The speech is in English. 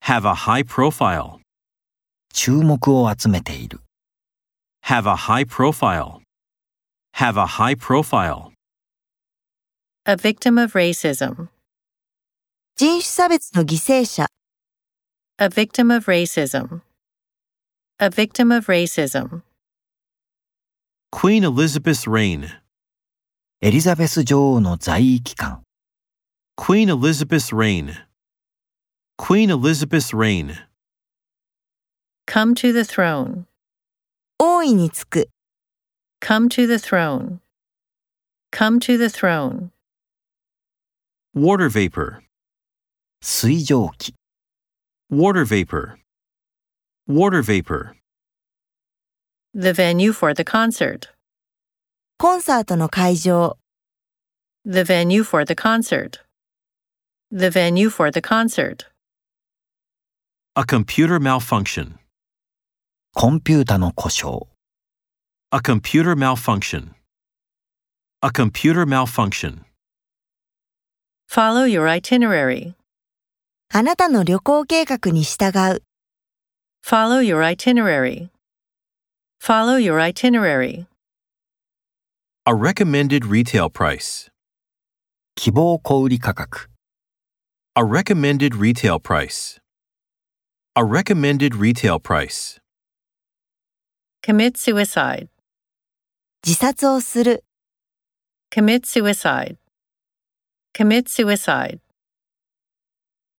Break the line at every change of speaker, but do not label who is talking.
have a high profile,
注目を集めている
have a high profile, have a high profile,
A victim of racism.
人種差別の犠牲者、
A victim of racism. A victim of racism.
Queen Elizabeth's reign,
エリザベス女王の在位期間
Queen Elizabeth's reign, Queen Elizabeth's reign,
Come to the throne.
大いにつく、
Come to the throne. Come to the throne.
water vapor,
水蒸気
water vapor, water vapor,
The venue for the concert.
コンサートの会場、
The venue for the concert. The venue for the concert.
a computer malfunction,
コンピュータの故障
a computer malfunction, a computer malfunction,
Follow your itinerary.
あなたの旅行計画に従う、
Follow your itinerary. Follow your itinerary.
a recommended retail price,
希望小売価格
a recommended retail price, a recommended retail price.
Commit suicide.
自殺をする。
Commit suicide. Commit suicide.